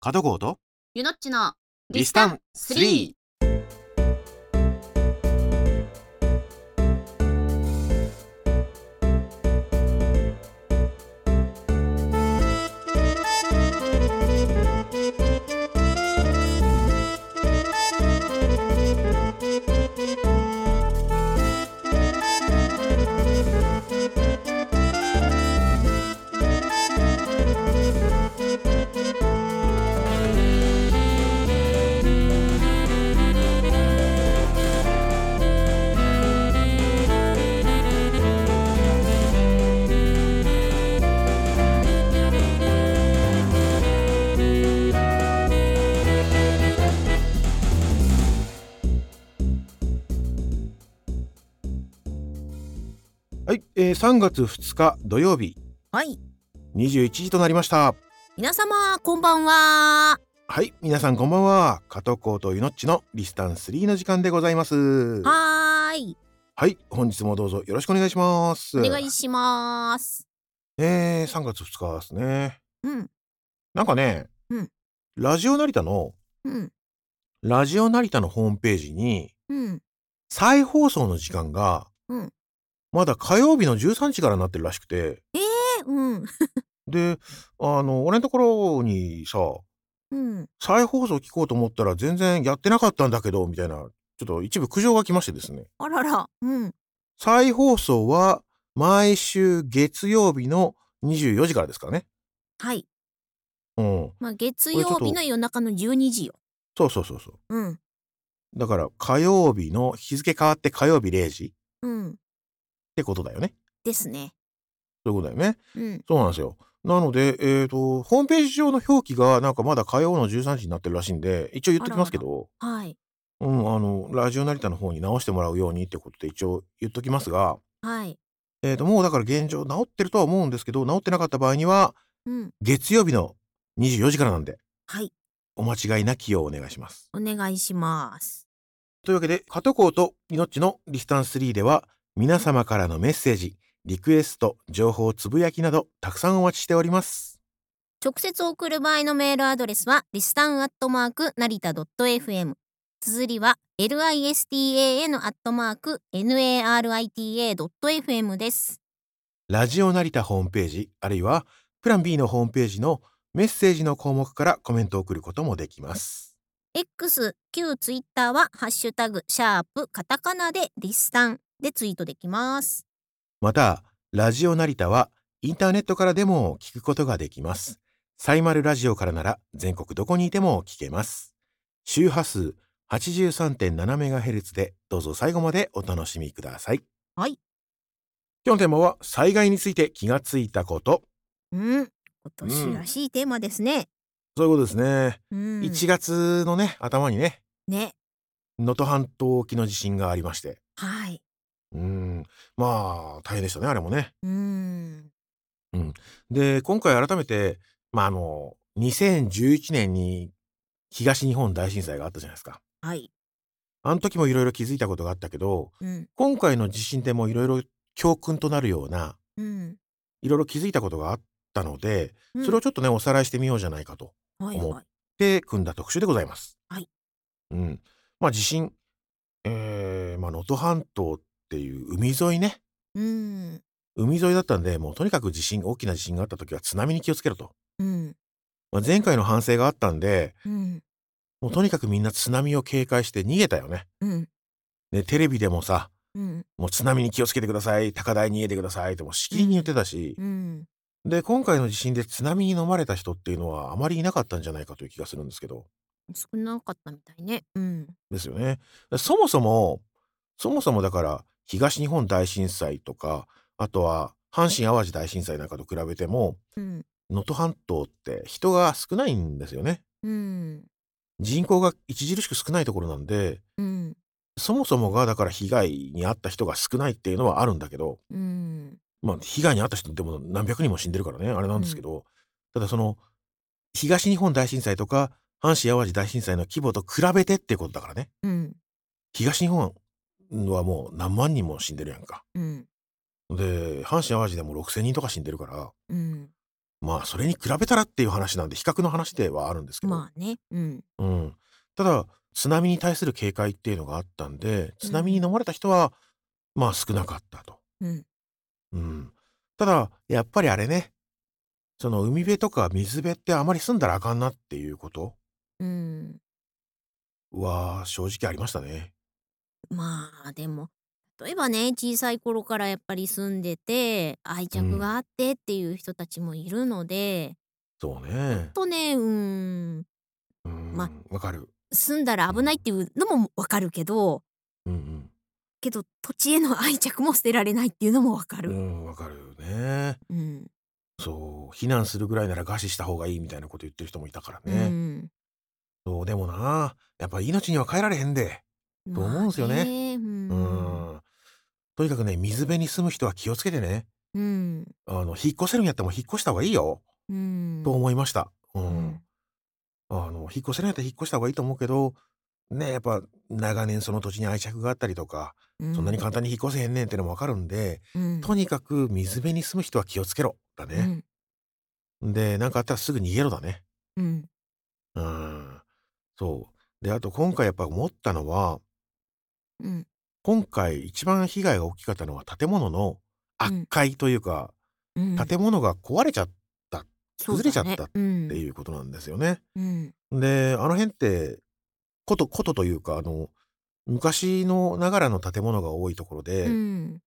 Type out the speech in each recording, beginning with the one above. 角郷とゆのっちのリスタン3はい、えー、3月2日土曜日はい21時となりました皆様こんばんははい皆さんこんばんは加藤浩とゆのっちのリスタン3の時間でございますははーいい本日もどうぞよろしくお願いしますお願いしますえー、3月2日ですねうんなんかね、うんラジオ成田のうんラジオ成田のホームページにうん再放送の時間が、うんまだ火曜日の13時からなってるらしくてえうんであの俺のところにさうん再放送聞こうと思ったら全然やってなかったんだけどみたいなちょっと一部苦情が来ましてですねあららうん再放送は毎週月曜日の24時からですからねはいうんまあ月曜日の夜中の12時よそうそうそうそううんだから火曜日の日付変わって火曜日0時っうんてことだよねですねそういうことだよねうんそうなんですよなのでえっ、とホームページ上の表記がなんかまだ火曜の13時になってるらしいんで一応言っときますけどはいうんあのラジオ成田の方に直してもらうようにってことで一応言っときますがはいえー、ともうだから現状治ってるとは思うんですけど治ってなかった場合にはうん月曜日の24時からなんではいお間違いなきようお願いします。お願いしますというわけで加藤校と命のリスタンス3では皆様からのメッセージリクエスト情報つぶやきなどたくさんお待ちしております。直接送る場合のメールアドレスはリスタンアットマーク成田 .fm 綴りは listan アットマーク narita.fm ですラジオ成田ホームページあるいはプラン B のホームページのメッセージの項目からコメントを送ることもできます。 X 旧 Twitter はハッシュタグシャープカタカナでリスタンでツイートできますまた、ラジオ成田はインターネットからでも聞くことができます。サイマルラジオからなら全国どこにいても聞けます。周波数 83.7MHz でどうぞ最後までお楽しみください。はい。今日のテーマは災害について気がついたこと。うん今年らしいテーマですね、そういうことですね。うん、 1月のね、頭にね、ね能登半島沖の地震がありまして。はいうん。まあ、大変でしたね、あれもね。うんで今回改めて、まあ、あの2011年に東日本大震災があったじゃないですか。はいあの時もいろいろ気づいたことがあったけどうん今回の地震でもいろいろ教訓となるようなうんいろいろ気づいたことがあったのでうんそれをちょっとねおさらいしてみようじゃないかとはいはいで組んだ特集でございます。はいうんまあ、地震、えーまあ、能登半島っていう海沿いねうん海沿いだったんでもうとにかく地震大きな地震があった時は津波に気をつけろと。うんまあ、前回の反省があったんでうんもうとにかくみんな津波を警戒して逃げたよね。うんでテレビでもさうんもう津波に気をつけてください高台に逃げてくださいってもうしきりに言ってたし、うんで今回の地震で津波に飲まれた人っていうのはあまりいなかったんじゃないかという気がするんですけど少なかったみたいね。うん。ですよね。でそもそもそもそもだから東日本大震災とかあとは阪神・淡路大震災なんかと比べてもうん。能登半島って人が少ないんですよね。うん。人口が著しく少ないところなんでうん。そもそもがだから被害に遭った人が少ないっていうのはあるんだけど、うん。まあ、被害に遭った人でも何百人も死んでるからねあれなんですけど、ただその東日本大震災とか阪神・淡路大震災の規模と比べてってことだからねうん。東日本はもう何万人も死んでるやんか。うん。で阪神・淡路でも6,000人とか死んでるからうん。まあそれに比べたらっていう話なんで比較の話ではあるんですけど、まあね。うん。うん、ただ津波に対する警戒っていうのがあったんで津波に飲まれた人は、まあ少なかったと。うん。うん、ただやっぱりあれねその海辺とか水辺ってあまり住んだらあかんなっていうことうん。は正直ありましたね。まあでも例えばね小さい頃からやっぱり住んでて愛う着んがあってっていう人たちもいるので、そうね。とねうーんうん、まわ、かる。住んだら危ないっていうのもわかるけどうんけど土地への愛着も捨てられないっていうのもわかうる。ん。うん、わかるね。うんそう、避難するぐらいなら餓死した方がいいみたいなこと言ってる人もいたからうね。んそう、でもな、やっぱ命には変えられへんで。と思うんですよねまあねううんん。とにかくね、水辺に住む人は気をつけてね。うんあの、引っ越せるんやったらもう引っ越した方がいいよ。うんと思いました。う。うんんあの、引っ越せるんやったら引っ越した方がいいと思うけど、ね、やっぱ長年その土地に愛着があったりとか、うんそんなに簡単に引っ越せへんねんってのもわかるんで、うんとにかく水辺に住む人は気をつけろ。だうね。んで、なんかあったらすぐ逃げろだね。うんうんそう。で、あと今回やっぱ思ったのは、うん今回一番被害が大きかったのは建物の悪解というか、うん建物が壊れちゃっ崩れちゃったっそうだねていうことなんですよね。うんで、あの辺って、こと、ことというか、あの、昔のながらの建物が多いところで、うんうん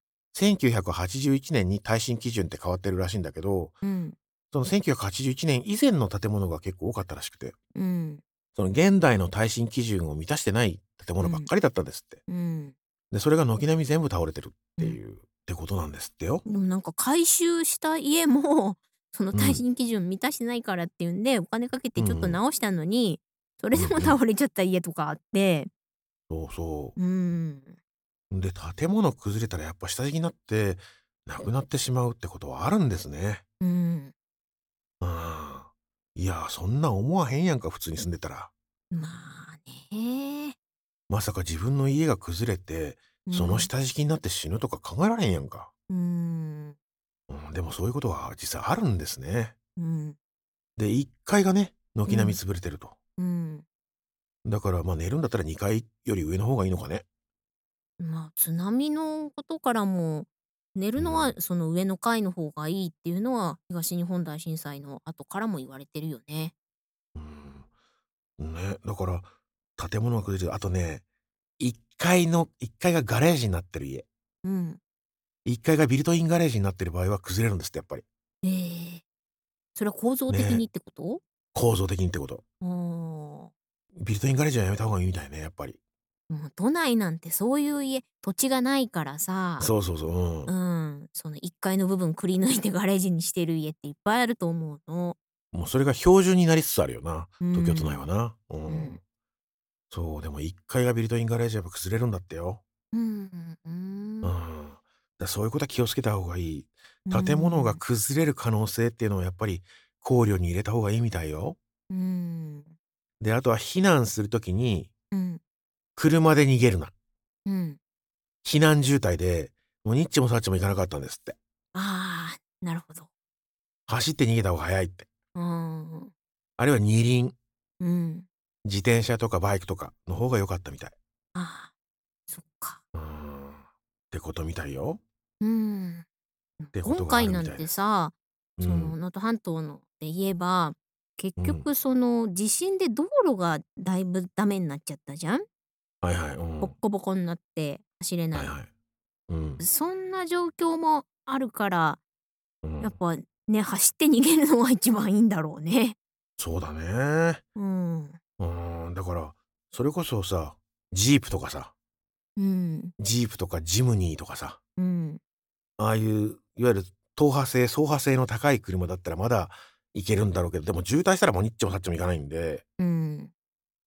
1981年に耐震基準って変わってるらしいんだけど、うんその1981年以前の建物が結構多かったらしくて、うんその現代の耐震基準を満たしてない建物ばっかりだったんですって。うんでそれが軒並み全部倒れてるっていう、ってことなんですってよ。でもなんか回収した家も そのうん耐震基準満たしてないからっていうんで、お金かけてちょっうんうとん直したのに、それでうんうもん倒れちゃった家とかあってそうそうんう。で建物崩れたらやっぱ下敷きになってなくなってしまうってことはあるんですね。うんうん。いやそんな思わへんやんか普通に住んでたら。まあね、まさか自分の家が崩れてうんその下敷きになって死ぬとか考えられへんやんか。うんうん、でもそういうことは実際あるんですね。うんで1階がね軒並み潰れてると。うんだからまあ寝るんだったら2階より上の方がいいのかね。まあ津波のことからも寝るのはうその上の階の方がいいっていうのは東日本大震災の後からも言われてるよね。うんね、だから建物が崩れてるあとね1階の1階がガレージになってる家うん、 1階がビルトインガレージになってる場合は崩れるんですってやっぱりえー、それは構造的ねにってこと、構造的にってことあービルトインガレージはやめた方がいいみたいねやっぱりもう都内なんてそういう家土地がないからさそうそうそううん、ん、その1階の部分くり抜いてガレージにしてる家っていっぱいあると思うの。もうそれが標準になりつつあるよなうん東京都内はなうん、うんそうでも1階がビルトインガレージはやっぱ崩れるんだってようんううん、んだからそういうことは気をつけた方がいいうん、建物が崩れる可能性っていうのをやっぱり考慮に入れた方がいいみたいようんであとは避難するときにうん車で逃げるなうん避難渋滞でもうニッチもサッチも行かなかったんですってあーなるほど。走って逃げた方が早いってうんあるいは二輪うん、自転車とかバイクとかの方が良かったみたいあーそっか。うーんってことみたいようん、てこと今があ回るみなたいなんてさうその能ん登半島ので言えば結うん局その地震で道路がだいぶダメになっちゃったじゃんはいはいうんボッコボコになって走れない、はいはいうんそんな状況もあるからうんやっぱね走って逃げるのが一番いいんだろうね。そうだねうん、うーんだからそれこそさジープとかさうん、ジープとかジムニーとかさうん、ああいういわゆる党派性走破性の高い車だったらまだ行けるんだろうけどでも渋滞したらもうニッチもサッチも行かないんでうん、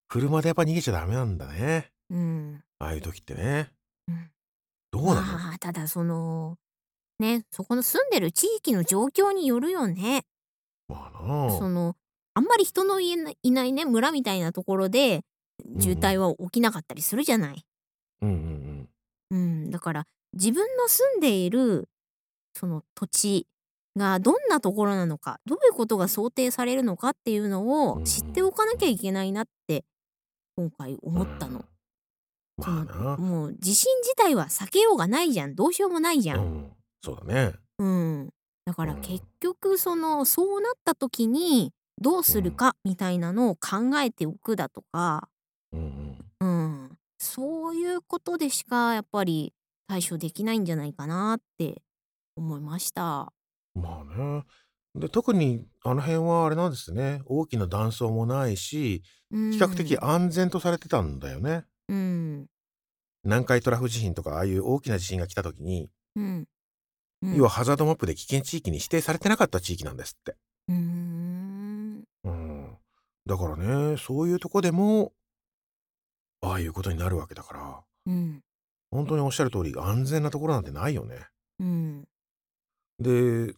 車でやっぱ逃げちゃダメなんだねうん、ああいう時ってねうん。どうなのまあただそのねそこの住んでる地域の状況によるよね。まあそなのあんまり人のいないないね村みたいなところでん渋滞は起きなかったりするじゃない。うんうんうん、だから自分の住んでいるその土地がどんなところなのかどういうことが想定されるのかっていうのうをん知っておかなきゃいけないなって今回思ったの。うんまあなもう地震自体は避けようがないじゃんどうしようもないじゃ。うんんそうだねうん、だからうん結局そのそうなった時にどうするかみたいなのを考えておくだとか、うんうんうん、そういうことでしかやっぱり対処できないんじゃないかなって思いました。まあねで特にあの辺はあれなんですね大きな断層もないし比比較的安全とされてたんだよね、うん南海トラフ地震とかああいう大きな地震が来た時に、うんうん要はハザードマップで危険地域に指定されてなかった地域なんですってうーんうんだからねそういうとこでもああいうことになるわけだからうん本当におっしゃる通り安全なところなんてないよねうんで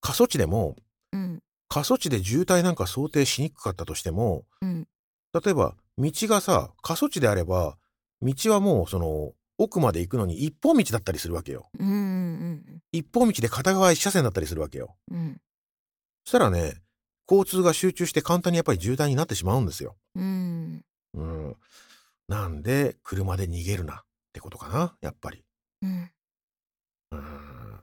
過疎地でもうん過疎地で渋滞なんか想定しにくかったとしてもうん例えば道がさ過疎地であれば道はもうその奥まで行くのに一本道だったりするわけようんうん一本道で片側一車線だったりするわけようんそしたらね交通が集中して簡単にやっぱり渋滞になってしまうんですようんうんなんで車で逃げるなってことかなやっぱりうんうーん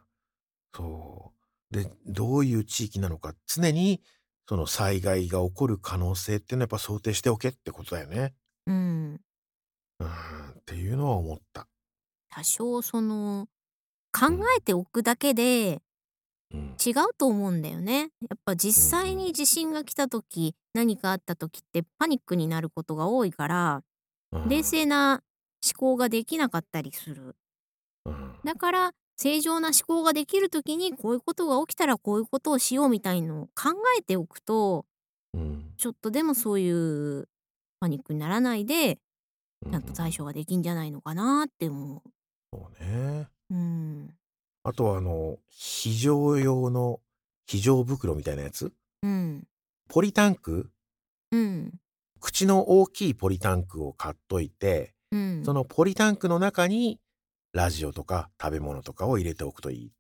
そう。で、どういう地域なのか、常にその災害が起こる可能性っていうのはやっぱ想定しておけってことだよね。うんうーん、っていうのは思った。多少その考えておくだけでうん。違うと思うんだよね。やっぱ実際うんうに地震が来た時何かあった時ってパニックになることが多いからうん冷。静な思考ができなかったりする。うん。だから正常な思考ができる時にこういうことが起きたらこういうことをしようみたいのを考えておくとうん。ちょっとでもそういうパニックにならないでちゃんと対う処ができんじゃないのかなって思ん。そうね。う。うん、あとはあの、非常用の非常袋みたいなやつ。うん、ポリタンクうん、口の大きいポリタンクを買っといて、うんそのポリタンクの中にラジオとか食べ物とかを入れておくといい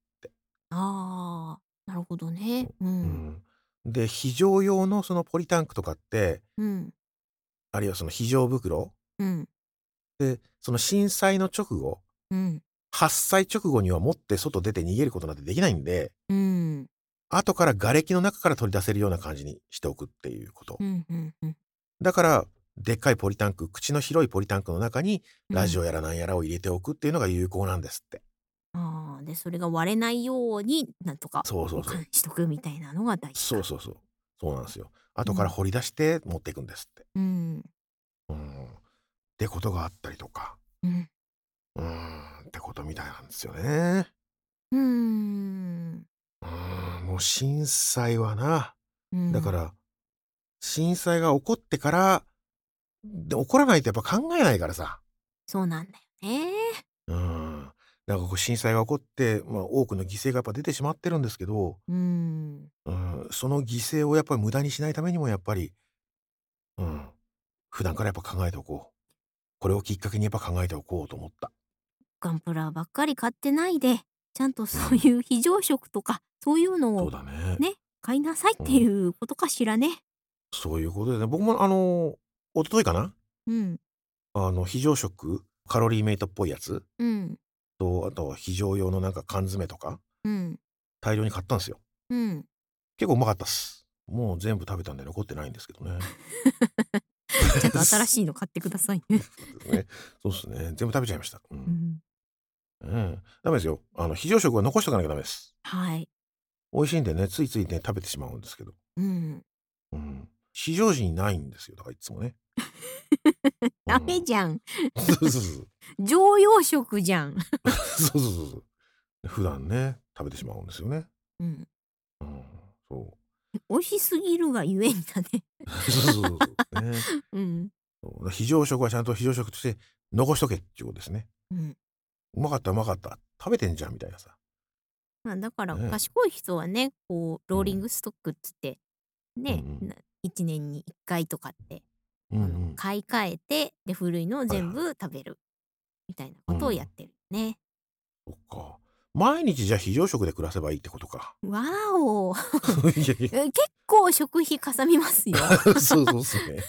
ああ、なるほどね。うん。うん、で非常用のそのポリタンクとかってうん。あるいはその非常袋うん。でその震災の直後うん。発災直後には持って外出て逃げることなんてできないんでうん。後から瓦礫の中から取り出せるような感じにしておくっていうこと、うん。うん。うんだからでっかいポリタンク口の広いポリタンクの中にラジオやらなんやらを入れておくっていうのが有効なんですって、ああ、で、それが割れないように、なんとか、そうそう保そう管しとくみたいなのが大事。そうそうそうそうなんですよ後から掘り出して持っていくんですって、う。うん。うん、ってことがあったりとかうん。うーんってことみたいなんですよね。うーん。うーんもう震災はなうんだか。ら震災が起こってからで起こらないとやっぱ考えないからさ。そうなんだよね。うーんだからこう震災が起こって、まあ、多くの犠牲がやっぱ出てしまってるんですけどうん。うーんその犠牲をやっぱり無駄にしないためにもやっぱり、うん、普段からやっぱ考えておこうこれをきっかけにやっぱ考えておこうと思った。ガンプラばっかり買ってないで、ちゃんとそういう非常食とか、そういうのそうをだねね買いなさいっていうことかしらね。そういうことでね僕もあの一昨日かなうん。あの非常食カロリーメイトっぽいやつうん。とあとは非常用のなんか缶詰とかうん。大量に買ったんですようん。結構うまかったっすもう全部食べたんで残ってないんですけどね ちゃんと新しいの買ってくださいね。 ねそうっすね全部食べちゃいましたう、うんんうん、ダメですよあの非常食は残しとかなきゃダメですはい。美味しいんでねついついね食べてしまうんですけどうん。うん非常時にないんですよだからいつ もねダメじゃん。ゃんそうそうそう常用食じゃん。そうそうそうそう普段ね食べてしまうんですよねうん。うんそう美味しすぎるがゆえにだね。そうそうそうそう。ね、うん。そう非常食はちゃんと非常食として残しとけっていうことですね。うん。うまかったうまかった食べてんじゃんみたいなさ。まあだからね賢い人はね、こうローリングストックっつってねうんうん、な一年に一回とかってうんうあのん。買い替えてで古いのを全部食べるみたいなことをやってるね。そっか。毎日じゃあ非常食で暮らせばいいってことか。 わおいやいえ結構食費かさみ ますよや、そうそうっすね。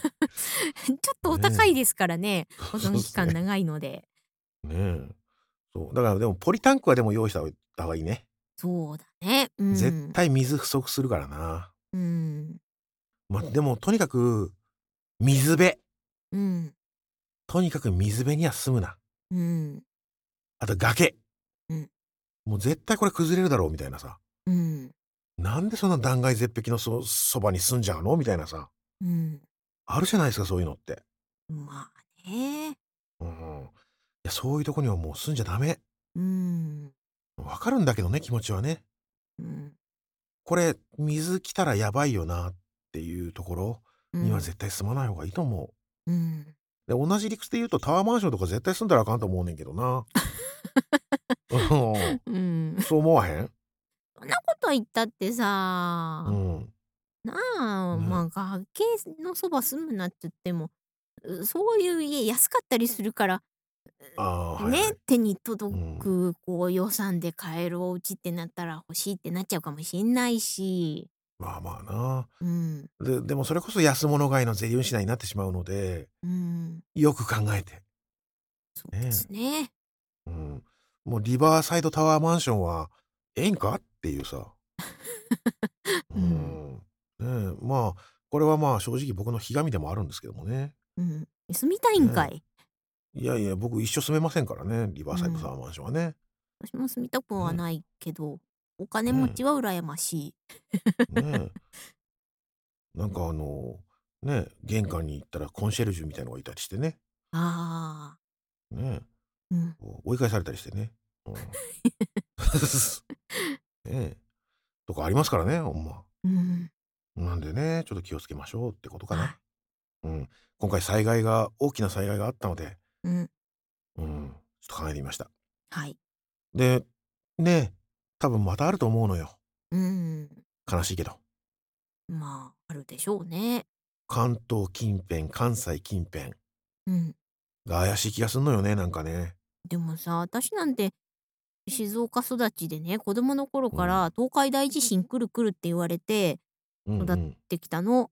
ちょっとお高いですからね保存期間ね。長いのでねえ。そう。だからでもポリタンクはでも用意した方がいいね。そうだねうん絶対水不足するからな。うんまあ、でもとにかく、水辺。うんとにかく水辺には住むな。うんあと崖。うんもう絶対これ崩れるだろうみたいなさ。うんなんでそんな断崖絶壁のそそばに住んじゃうのみたいなさ。うんあるじゃないですか、そういうのって。まあねうん。いや、そういうとこにはもう住んじゃダメ。うんわかるんだけどね、気持ちはね。うんこれ、水来たらやばいよなっていうところうんには絶対住まない方がいいと思う。うんで同じ理屈で言うとタワーマンションとか絶対住んだらあかんと思うねんけどな。うんうんそう思わへん、そんなこと言ったってさ、うん、なあ、ねまあ崖のそば住むなって言ってもうそういう家安かったりするから、ああはい、はいね手に届くこう予算で買えるお家ってなったら欲しいってなっちゃうかもしんないし、まあまあなうんで。でもそれこそ安物買いの税運次第になってしまうのでうん、よく考えて、そうですね。うん、もうリバーサイドタワーマンションはええんかっていうさ。うんねえ、まあこれはまあ正直僕のひがみでもあるんですけどもね。うん、住みたいんかい、いやいや僕一生住めませんからねリバーサイドタワーマンションはね。私も住みたくはねないけど、お金持ちは羨ましい。ねえなんかあのねえ玄関に行ったらコンシェルジュみたいのがいたりしてねああ、ねえうん、こう追い返されたりしてね,、うん ねえとかありますからねほんまうん、なんでねちょっと気をつけましょうってことかはな、うん、今回災害が大きな災害があったので、い、うん、うん、ちょっと考えてみましたはい、でねえ多分またあると思うのようん、悲しいけどまああるでしょうね。関東近辺関西近辺うん、が怪しい気がすんのよねなんかねでもさ私なんて静岡育ちでね子供の頃かうら東海大地震来る来るって言われてうん育ってきたの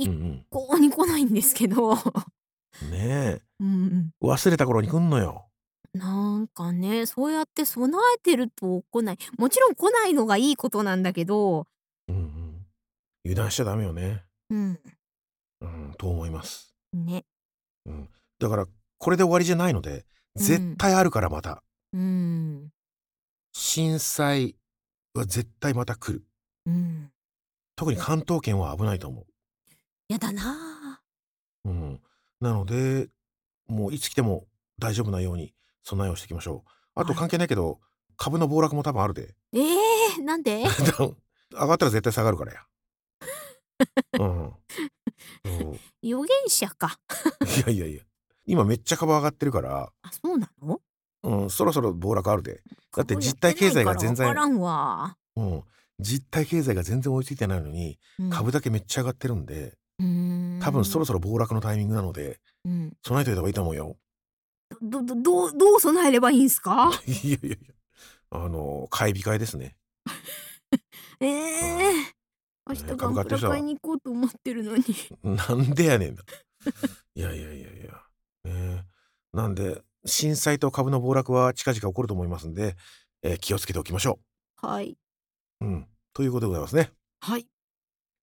ういんうんここに来ないんですけどねえ うん、忘れた頃に来んのよ。 なんかねそうやって備えてると来ないもちろん来ないのがいいことなんだけど、うんうん、油断しちゃダメよね。うん、うん、と思います。ね、うん、だからこれで終わりじゃないので絶対あるからまた、うん震災は絶対また来るうん、特に関東圏は危ないと思やだなあう。うん、なのでもういつ来ても大丈夫なように備えをしていきましょう。あとはい関係ないけど、株の暴落も多分ある でえー、なんで上がったら絶対下がる からや。うん、そう予言者か いやいやいや今めっちゃ株上がってるから、あそうなのうん、そろそろ暴落あるでだってここや実体経済がってない全然からわからんわ、うん、実体経済が全然追いついてないのにうん、株だけめっちゃ上がってるんで多分そろそろ暴落のタイミングなのでろ、うん、備えといた方がいいと思うよ どどどうどう備えればいいんすかいやいやいやあの買い控えですねええ明日ねガン株買っプてるラ人は買いに行こうと思ってるのに なんでやねんないやいやいやいや、ねえなんで震災と株の暴落は近々起こると思いますんで、えー気をつけておきましょはい。う、うん、ということでございますねはい。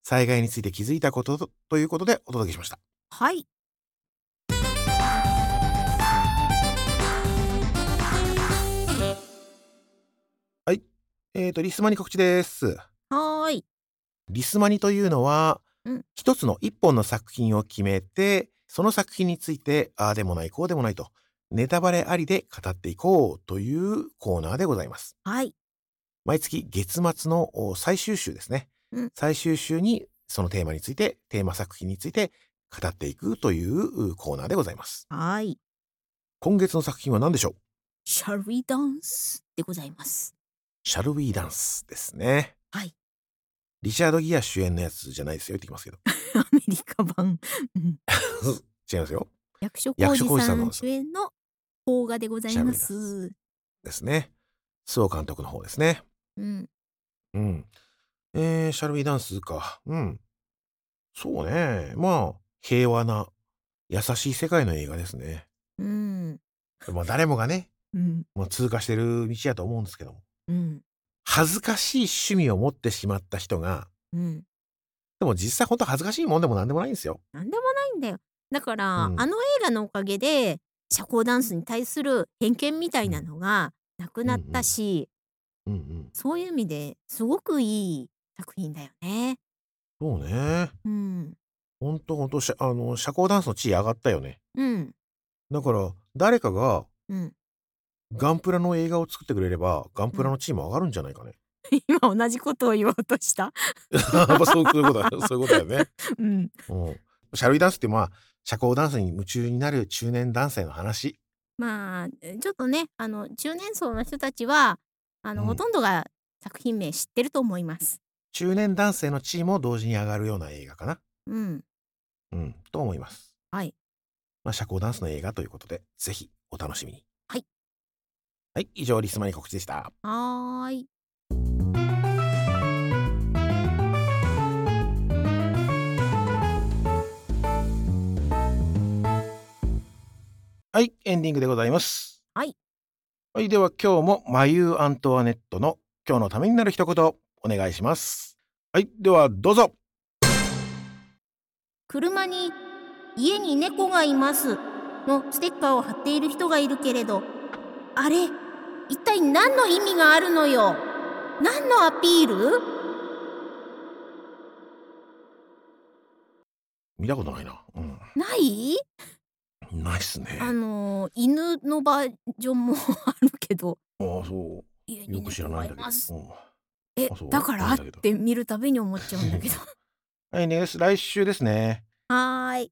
災害について気づいたこととということでお届けしましたはい。えー、と、リスマニ告知です。はーい。リスマニというのはうん、一つの一本の作品を決めて、その作品について、ああでもない、こうでもないと、ネタバレありで語っていこうというコーナーでございます。はい。毎月月末のお最終週ですねうん。最終週にそのテーマについて、テーマ作品について語っていくといううコーナーでございます。はい。今月の作品は何でしょう Shall we dance? でございます。 ?Shall We Dance ですね。はい。リチャード・ギア主演のやつじゃないですよ。言ってきますけど。 アメリカ版。うん違いますよ。役所役広所司広司ささんのん主演の邦画でございます。ですね。須尾監督の方ですね。うん。うん。えー、シャルビーダンスか。うん。そうね。まあ、平和な、優しい世界の映画ですね。うん。まあ、誰もがね、うん。もう通過してる道やと思うんですけども。うん。恥ずかしい趣味を持ってしまった人が、うん。でも実際本当恥ずかしいもんでも何でもないんですよ。なんでもないんだよ。だから、うんあの映画のおかげで社交ダンスに対する偏見みたいなのがなくなったし、うんうん。そういう意味ですごくいい作品だよね。そうね。うん。本当本当しゃあの、社交ダンスの地位上がったよね。うん。だから、誰かがうん。 ガンプラの映画を作ってくれれば、ガンプラの地位も上がるんじゃないかね。今同じことを言おうとした。 やっぱそうそういうことだよ。そういうことだよね。うん。うん。シャルイダンスってまあ、社交ダンスに夢中になる中年男性の話。まあちょっとねあの中年層の人たちはあの、うんほとんどが作品名知ってると思います。中年男性の地位も同時に上がるような映画かな。うん。うん。と思います。はい。まあ、社交ダンスの映画ということで、ぜひお楽しみに。はい。はい。以上、リスマニ告知でした。はーい。はい。エンディングでございます。はい。はい。では、今日も、マユー・アントワネットの今日のためになる一言、お願いします。はい。では、どうぞ。車に「家に猫がいます」のステッカーを貼っている人がいるけれどあれ一体何の意味があるのよ何のアピール見たことないな。うないん。ないっすね。あのー犬のバージョンもあるけどああ、そう。家 によく知らな猫がいんだいけど。ますうんえあそうだからなあいっんだけどて見るたびに思っちゃうん だけどはい、ねです。来週ですね。はーい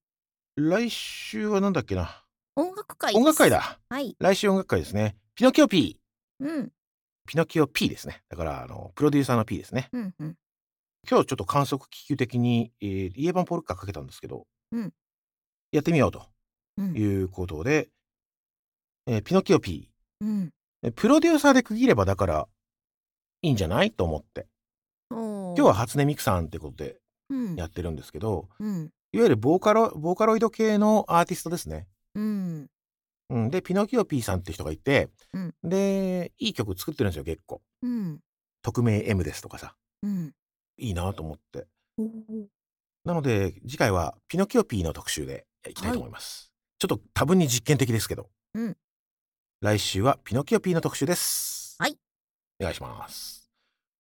来週はなんだっけな。音楽会です音楽会だ。はい来週音楽会ですね。ピノキオ P。うんピノキオ P ですね。だから、あの、プロデューサーの P ですね。うんうん今日ちょっと観測気球的に、えー、イエバンポルカかけたんですけど、うんやってみようとういんうことで、えーピノキオ P。うんえプロデューサーで区切れば、だから、いいんじゃないと思って。今今日は初音ミクさんってことでうんやってるんですけど、うんいわゆるボーカロ、ボーカロイド系のアーティストですね。うんうん、でピノキオ P さんって人がいて、うんでいい曲作ってるんですよ結構うん「匿名 M です」とかさうんいいなと思っておーなので次回はピノキオ P の特集でいきたいと思います、ちょっと多分に実験的ですけど、うん来週はピノキオ P の特集ですはいお願いします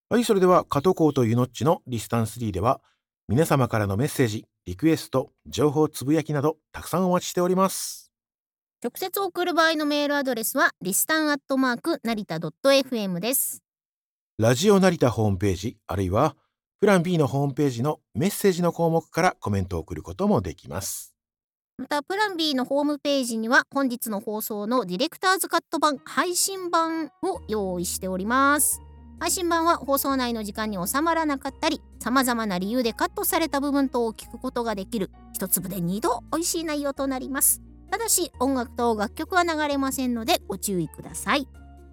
はいそれでは加藤浩とゆのっちの「リスタンス3」では皆様からのメッセージリクエスト情報つぶやきなどたくさんお待ちしております直接送る場合のメールアドレスはリスタンアットマーク成田 .fm ですラジオ成田ホームページあるいはプラン B のホームページのメッセージの項目からコメントを送ることもできます。またプラン B のホームページには本日の放送のディレクターズカット版配信版を用意しております配信版は放送内の時間に収まらなかったり様々な理由でカットされた部分等を聞くことができる一粒で二度美味しい内容となりますただし音楽と楽曲は流れませんのでご注意ください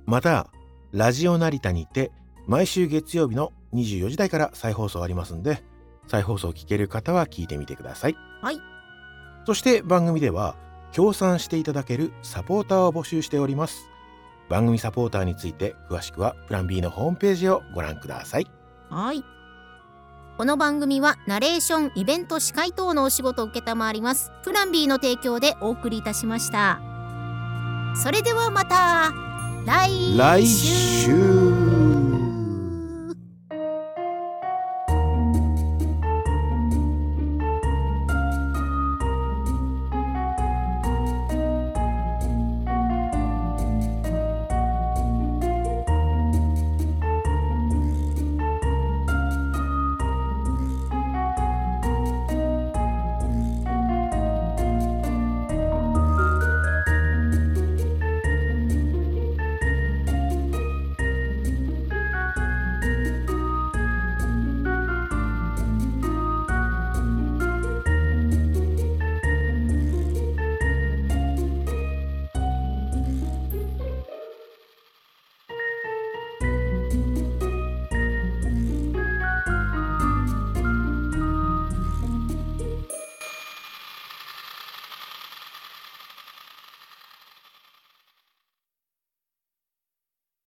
また、ラジオ成田にて毎週月曜日の24時台から再放送ありますんで、再放送を聞ける方は聞いてみてください。はい。そして番組では、協賛していただけるサポーターを募集しております。番組サポーターについて詳しくはプラン B のホームページをご覧ください。はい。この番組はナレーション、イベント、司会等のお仕事を受けたまわります。プラン B の提供でお送りいたしました。それではまた来来週